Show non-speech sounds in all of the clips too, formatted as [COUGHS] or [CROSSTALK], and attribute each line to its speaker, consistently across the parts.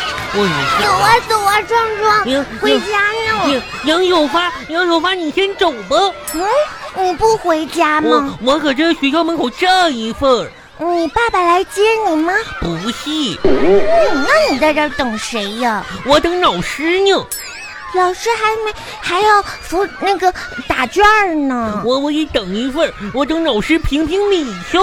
Speaker 1: 走啊走啊，壮
Speaker 2: 嗯
Speaker 1: 壮，回家呢。
Speaker 2: 杨杨小发，杨小发，你先走吧，
Speaker 1: 嗯，你不回家吗
Speaker 2: 我？我可在学校门口站一份儿，
Speaker 1: 你爸爸来接你吗？
Speaker 2: 不是，
Speaker 1: 嗯，那你在这儿等谁呀？
Speaker 2: 我等老师呢，
Speaker 1: 老师还没还要服那个打卷儿呢。
Speaker 2: 我我得等一份儿，我等老师评评理去。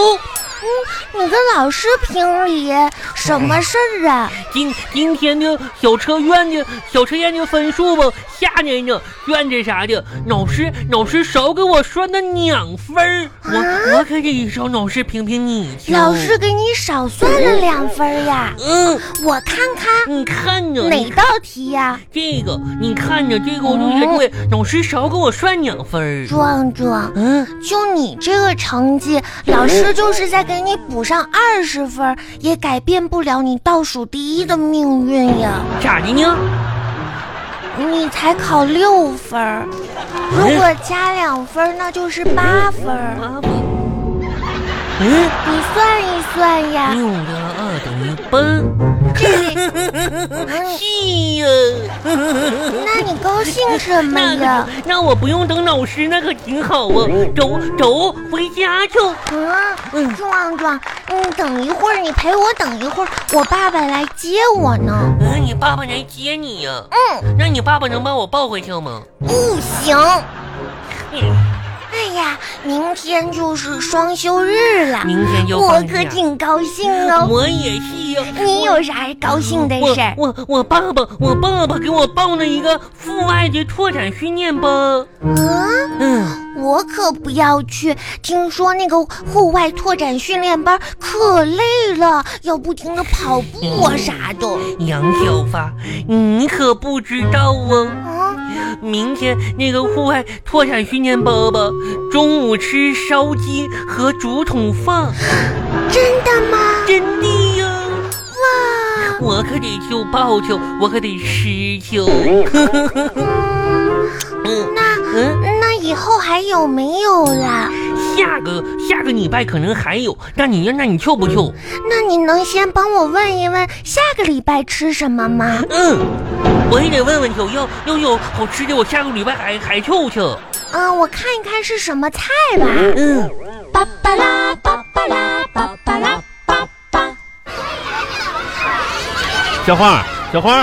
Speaker 1: 嗯你跟老师评理什么事儿啊？
Speaker 2: 今今天的小测验的小测验的分数吧，下来呢，卷子啥的，老师老师少给我算的两分儿，我我可得找老师评评理去。
Speaker 1: 啊老师，给你少算了两分儿呀。
Speaker 2: 嗯，
Speaker 1: 我看看
Speaker 2: 你看着
Speaker 1: 哪道题呀、
Speaker 2: 这个，你看着这个，我就认为老师少给我算两分儿。
Speaker 1: 壮壮，
Speaker 2: 嗯，
Speaker 1: 就你这个成绩，老师就是在给你补上二十分儿，也改变不了你倒数第一的命运呀。
Speaker 2: 咋的呢？
Speaker 1: 你才考六分儿，如果加两分儿，那就是八分儿。
Speaker 2: 八分。嗯，
Speaker 1: 你算一算呀，
Speaker 2: 六加二等于八。
Speaker 1: 这嗯
Speaker 2: 是呀、
Speaker 1: 那你高兴什么
Speaker 2: 那
Speaker 1: 呀
Speaker 2: [LAUGHS] 个？，那我不用等老师，那可挺好啊。走走，回家去。
Speaker 1: 嗯，壮壮，嗯，等一会儿，你陪我等一会儿，我爸爸来接我呢。
Speaker 2: 嗯，你爸爸来接你呀、
Speaker 1: 嗯，
Speaker 2: 那你爸爸能把我抱回去吗？
Speaker 1: 不行。
Speaker 2: 嗯
Speaker 1: 哎呀，明天就是双休日了，
Speaker 2: 明天就
Speaker 1: 我
Speaker 2: 放假
Speaker 1: 可挺高兴哦。
Speaker 2: 我也是啊呀、
Speaker 1: 你有啥高兴的事儿？
Speaker 2: 我我我爸爸，我爸爸给我报了一个户外的拓展训练班。
Speaker 1: 嗯，
Speaker 2: 嗯，
Speaker 1: 我可不要去。听说那个户外拓展训练班可累了，要不停的跑步啊啥的。
Speaker 2: 杨小发，你可不知道啊，
Speaker 1: 嗯，
Speaker 2: 明天那个户外拓展训练班吧，中午吃烧鸡和竹筒饭，
Speaker 1: 真的吗？
Speaker 2: 真的呀、
Speaker 1: 哇！
Speaker 2: 我可得去抱去，我可得吃去。 [LAUGHS] 嗯
Speaker 1: 那
Speaker 2: 嗯，
Speaker 1: 那以后还有没有啦？
Speaker 2: 下个下个礼拜可能还有，那你那你去不去？
Speaker 1: 那你能先帮我问一问下个礼拜吃什么吗？
Speaker 2: 嗯，我也得问问去，要要有好吃的，我下个礼拜还还去去。
Speaker 1: 嗯，我看一看是什么菜吧。
Speaker 2: 嗯，
Speaker 1: 巴巴拉巴巴拉巴巴拉巴巴。
Speaker 3: 小花，小花，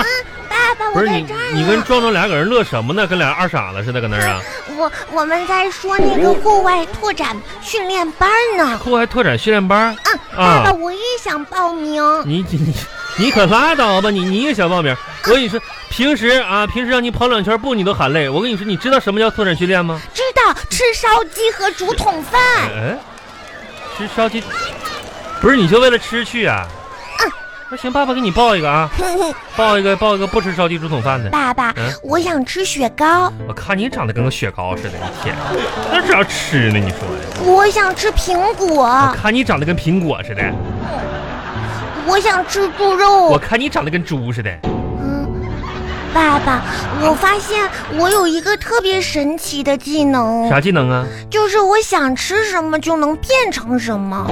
Speaker 1: 爸爸，
Speaker 3: 不
Speaker 1: 啊我
Speaker 3: 是
Speaker 1: 在
Speaker 3: 你
Speaker 1: 这儿，啊
Speaker 3: 你
Speaker 1: 呢。
Speaker 3: 跟壮壮俩搁人乐什么呢？跟俩二傻子似的搁
Speaker 1: [LAUGHS]
Speaker 3: 那儿啊？
Speaker 1: 我我们在说那个户外拓展训练班呢。
Speaker 3: 户外拓展训练班
Speaker 1: 嗯，爸爸，
Speaker 3: 啊？
Speaker 1: 我也想报名。
Speaker 3: 你你你可拉倒吧！你你也想报名？我跟你说，平时啊，平时让你跑两圈步你都喊累。我跟你说，你知道什么叫拓展训练吗？
Speaker 1: 知道吃烧鸡和竹筒饭。
Speaker 3: 哎，吃烧鸡，不是你就为了吃去啊？那行，爸爸给你报一个啊，报一个报一个不吃烧鸡竹筒饭的。
Speaker 1: 爸爸
Speaker 3: 嗯，
Speaker 1: 我想吃雪糕，
Speaker 3: 我看你长得跟个雪糕似的，一天那这要吃呢？你说的，
Speaker 1: 我想吃苹果
Speaker 3: 我，看你长得跟苹果似的，
Speaker 1: 我想吃猪肉
Speaker 3: 我。看你长得跟猪似的。
Speaker 1: 嗯，爸爸，我发现我有一个特别神奇的技能，
Speaker 3: 啥技能啊？
Speaker 1: 就是我想吃什么就能变成什么。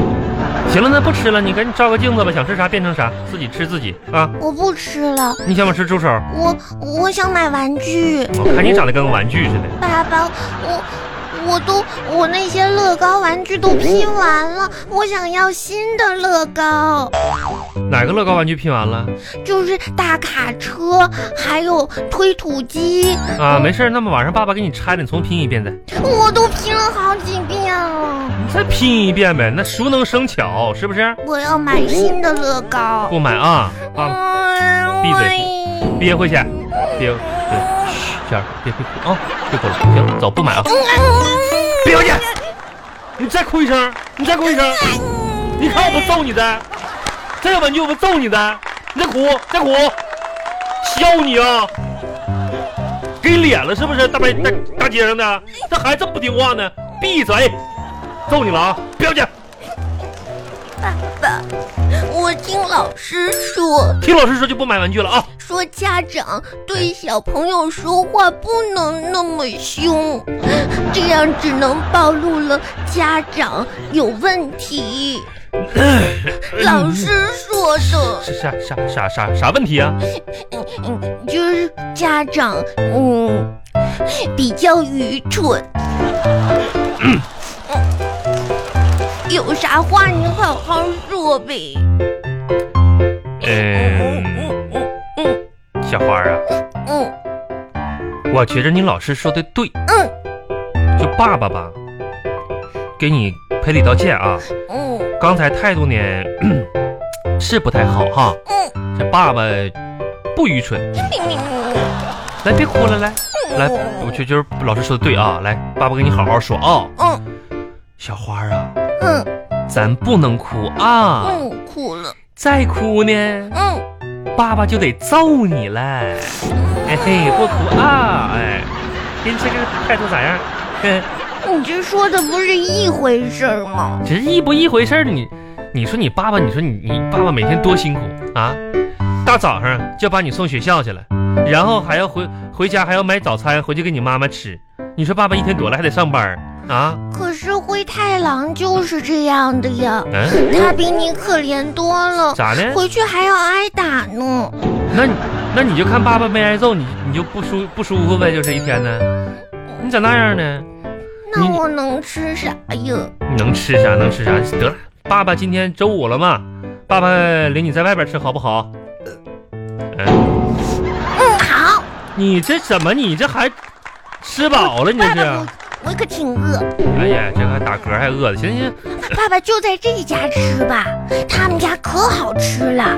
Speaker 3: 行了，那不吃了，你赶紧照个镜子吧，想吃啥变成啥，自己吃自己啊。
Speaker 1: 我不吃了，
Speaker 3: 你想不想吃猪手？
Speaker 1: 我我想买玩具。
Speaker 3: 我看你长得跟个玩具似的，
Speaker 1: 爸爸，我我都我那些乐高玩具都拼完了，我想要新的乐高，
Speaker 3: 哪个乐高玩具拼完了
Speaker 1: 就是大卡车，还有推土机，
Speaker 3: 啊？没事儿，那么晚上爸爸给你拆了，你重拼一遍再，你
Speaker 1: 我都拼了好几遍了。
Speaker 3: 再拼一遍呗。那熟能生巧，是不是？
Speaker 1: 我要买新的乐高。
Speaker 3: 不买啊啊！
Speaker 1: 嗯，
Speaker 3: 闭嘴
Speaker 1: 嘴。
Speaker 3: 憋回去，憋，对，嘘，小儿别别哭啊，别哭了，行了，走，不买啊。憋回去！你再哭一声，你再哭一声，你看我不揍你的！再有玩具我不揍你的！你再哭，再哭，削你啊！给你脸了是不是？大白大大街上的，这孩子这么不听话呢！闭嘴！揍你了啊！憋回去！
Speaker 1: 爸爸，我听老师说，
Speaker 3: 听老师说就不买玩具了啊！
Speaker 1: 说家长
Speaker 3: 哎
Speaker 1: 对小朋友说话不能那么
Speaker 3: [LAUGHS]
Speaker 1: 凶，
Speaker 3: [LAUGHS]
Speaker 1: 这样只能暴露了家长有问题。老师说的，
Speaker 3: 啥啥啥啥啥问题啊？
Speaker 1: 嗯，就是家长，嗯，比较愚蠢。嗯有啥话你好好说呗。
Speaker 3: 嗯，
Speaker 1: 嗯嗯
Speaker 3: 小花啊，
Speaker 1: 嗯
Speaker 3: 我觉着你老师说的对，
Speaker 1: 嗯
Speaker 3: 就爸爸吧，给你赔礼道歉啊。
Speaker 1: 嗯
Speaker 3: 刚才态度呢 [COUGHS] 是不太好哈，
Speaker 1: 嗯
Speaker 3: 这爸爸不愚蠢，
Speaker 1: 嗯
Speaker 3: 来别哭了，来来，
Speaker 1: 哦
Speaker 3: 我觉就是老师说的对啊，来，爸爸跟你好好说啊、
Speaker 1: 嗯
Speaker 3: 小花啊，
Speaker 1: 嗯
Speaker 3: 咱不能哭啊，
Speaker 1: 嗯，哭了。
Speaker 3: 再哭呢，
Speaker 1: 嗯
Speaker 3: 爸爸就得揍你了。哎嘿，不哭啊，哎，您这个态度咋样？嗯嘿
Speaker 1: 你这说的不是一回事儿吗？
Speaker 3: 这一不一回事儿，你你说你爸爸，你说你你爸爸每天多辛苦啊！大早上就把你送学校去了，然后还要回回家还要买早餐回去给你妈妈吃。你说爸爸一天多了还得上班儿啊？
Speaker 1: 可是灰太狼就是这样的呀，
Speaker 3: 嗯、
Speaker 1: 他比你可怜多了，
Speaker 3: 咋的？
Speaker 1: 回去还要挨打呢。
Speaker 3: 那你那你就看爸爸没挨揍，你你就不舒不舒服呗，就是一天呢。你咋那样呢？
Speaker 1: 那
Speaker 3: 你
Speaker 1: 我能吃啥呀？
Speaker 3: 你能吃啥能吃啥，得了，爸爸今天周五了嘛，爸爸领你在外边吃好不好？嗯、
Speaker 1: 嗯，好，
Speaker 3: 你这怎么？你这还吃饱了？你这
Speaker 1: 爸
Speaker 3: 是？
Speaker 1: 爸我我可挺饿，
Speaker 3: 哎呀，这还打嗝还饿的，行行。
Speaker 1: 爸爸就在这家吃吧，他们家可好吃了。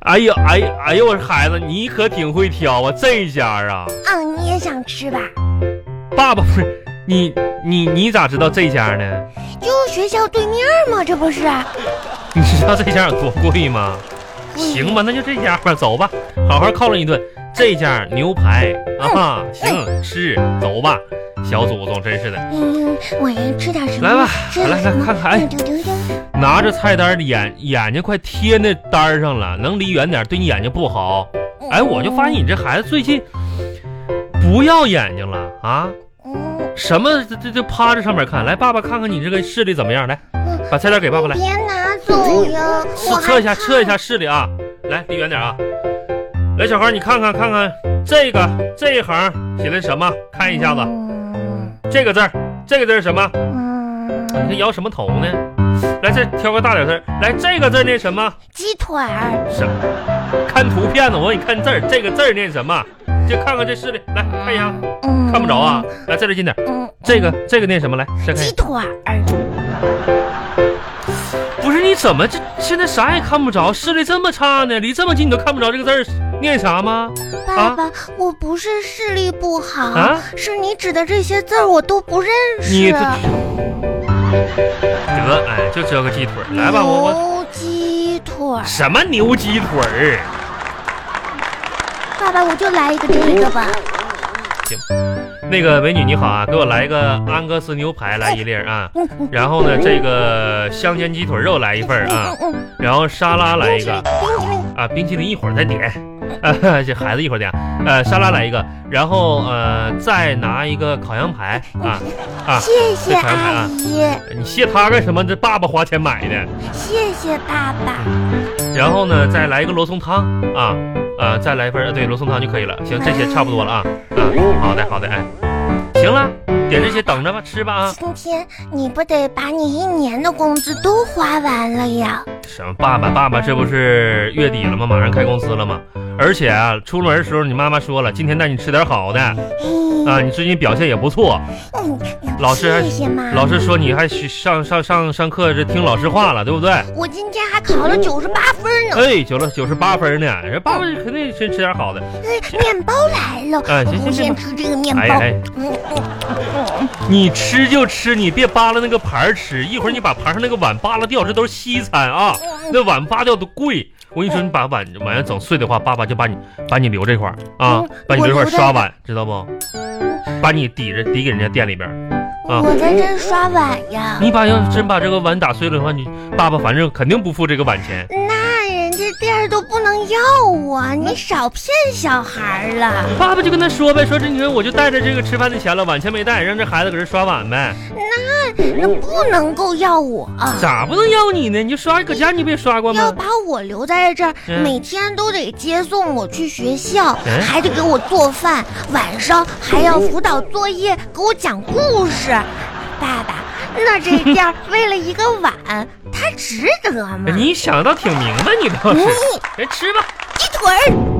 Speaker 3: 哎呦，哎呀，哎呦，我说孩子，你可挺会挑啊，这家啊，
Speaker 1: 嗯，你也想吃吧？
Speaker 3: 爸爸不是你你你咋知道这家呢？
Speaker 1: 就学校对面嘛，这不是？
Speaker 3: 你知道这家有多贵吗？行吧，那就这家吧，走吧，好好犒劳一顿。这家牛排啊，行，吃，走吧。小祖宗真是的，
Speaker 1: 嗯，我要吃点什么？
Speaker 3: 来吧
Speaker 1: 吃点
Speaker 3: 来
Speaker 1: 什么
Speaker 3: 来看看哎
Speaker 1: 嗯对对对
Speaker 3: 拿着菜单眼眼睛快贴那单儿上了，能离远点对你眼睛不好。哎，我就发现你这孩子最近不要眼睛了啊！
Speaker 1: 嗯，
Speaker 3: 什么这这这趴着上面看，来爸爸看看你这个视力怎么样？来，把菜单给爸爸来，
Speaker 1: 别拿走呀，我
Speaker 3: 测
Speaker 1: 还
Speaker 3: 测一下测一下视力啊！来离远点啊！来小花，你看看看看这个这一行写的什么？看一下子
Speaker 1: 嗯
Speaker 3: 这个字儿，这个字儿是什么？你
Speaker 1: 嗯，
Speaker 3: 这摇什么头呢？来这挑个大点字儿，来这个字儿念什么？
Speaker 1: 鸡腿儿，
Speaker 3: 什么？看图片呢？我给你看字儿，这个字儿念什么？就看看这视力，来看一下，
Speaker 1: 嗯，
Speaker 3: 看不着啊。，来，再离近点。
Speaker 1: 嗯，
Speaker 3: 这个这个念什么？来，再看一
Speaker 1: 鸡
Speaker 3: 下。
Speaker 1: 腿儿，
Speaker 3: 不是，你怎么这现在啥也看不着，视力这么差呢？离这么近你都看不着这个字儿念啥吗？
Speaker 1: 爸爸，我不是视力不好，
Speaker 3: 啊
Speaker 1: 是你指的这些字儿我都不认
Speaker 3: 你
Speaker 1: 识。
Speaker 3: 这得哎，就知道个鸡腿儿。来吧，我我
Speaker 1: 牛鸡腿儿，
Speaker 3: 什么牛鸡腿儿？
Speaker 1: 爸爸我就来一个这个吧。
Speaker 3: 那个美女你好啊，给我来一个安格斯牛排来一粒儿啊，
Speaker 1: 嗯嗯
Speaker 3: 然后呢这个香煎鸡腿肉来一份儿啊，
Speaker 1: 嗯嗯，
Speaker 3: 然后沙拉来
Speaker 1: 冰
Speaker 3: 一
Speaker 1: 淇
Speaker 3: 个
Speaker 1: 淋，。冰淇淋，
Speaker 3: 啊，冰淇淋一会儿再点，啊，这孩子一会儿点，呃，沙拉来一个，然后呃，再拿一个烤羊排啊啊，
Speaker 1: 嗯谢谢
Speaker 3: 这盘盘
Speaker 1: 阿
Speaker 3: 啊
Speaker 1: 姨，
Speaker 3: 你谢他干什么？这爸爸花钱买的，
Speaker 1: 谢谢爸爸。
Speaker 3: 然后呢，再来一个罗宋汤啊，呃，再来一份儿，对，罗宋汤就可以了。行，这些差不多了啊，啊，好的好的，哎，行了，点这些等着吧，吃吧啊。
Speaker 1: 今天你不得把你一年的工资都花完了呀？
Speaker 3: 什么爸爸爸爸，这不是月底了吗？马上开公司了吗？而且啊，出门的时候你妈妈说了，今天带你吃点好的
Speaker 1: 嗯
Speaker 3: 啊，你最近表现也不错。
Speaker 1: 嗯
Speaker 3: 老师还
Speaker 1: 谢谢妈妈。
Speaker 3: 老师说你还学上上上上课这听老师话了，对不对？
Speaker 1: 我今天还考了九十八分呢。
Speaker 3: 嗯哎，九了九十八分呢，人爸爸肯定先吃点好的。
Speaker 1: 哎面包来了，
Speaker 3: 哎行
Speaker 1: 我
Speaker 3: 行行
Speaker 1: 先吃这个面包。
Speaker 3: 哎呀哎，
Speaker 1: 嗯
Speaker 3: 你吃就吃，你别扒拉那个盘儿吃，一会儿你把盘上那个碗扒拉掉，这都是西餐啊，那碗扒掉都贵。我跟你说，你把碗碗要整碎的话，爸爸就把你把你留这块儿啊
Speaker 1: 嗯，
Speaker 3: 把你留这
Speaker 1: 我留
Speaker 3: 块儿
Speaker 1: 着
Speaker 3: 刷碗，知道不？把你抵着抵给人家店里边儿。啊
Speaker 1: 嗯我在这刷碗呀。
Speaker 3: 你把要真把这个碗打碎了的话，你爸爸反正肯定不付这个碗钱。
Speaker 1: 那人家些店儿都不能要啊！你少骗小孩儿了。
Speaker 3: 爸爸就跟他说呗，说这你说我就带着这个吃饭的钱了，碗钱没带，让这孩子搁这刷碗呗。
Speaker 1: 那不能够要我，啊
Speaker 3: 咋不能要你呢？你就刷，搁家你不也刷过
Speaker 1: 要
Speaker 3: 吗？
Speaker 1: 把我留在这儿，
Speaker 3: 嗯
Speaker 1: 每天都得接送我去学校，
Speaker 3: 嗯
Speaker 1: 还得给我做饭，晚上还要辅导作业，给我讲故事。爸爸，那这店儿 [LAUGHS] 为了一个碗，它值得吗？
Speaker 3: 哎你想的倒挺明白，你倒是。哎
Speaker 1: 你
Speaker 3: 人吃吧。
Speaker 1: 一腿儿。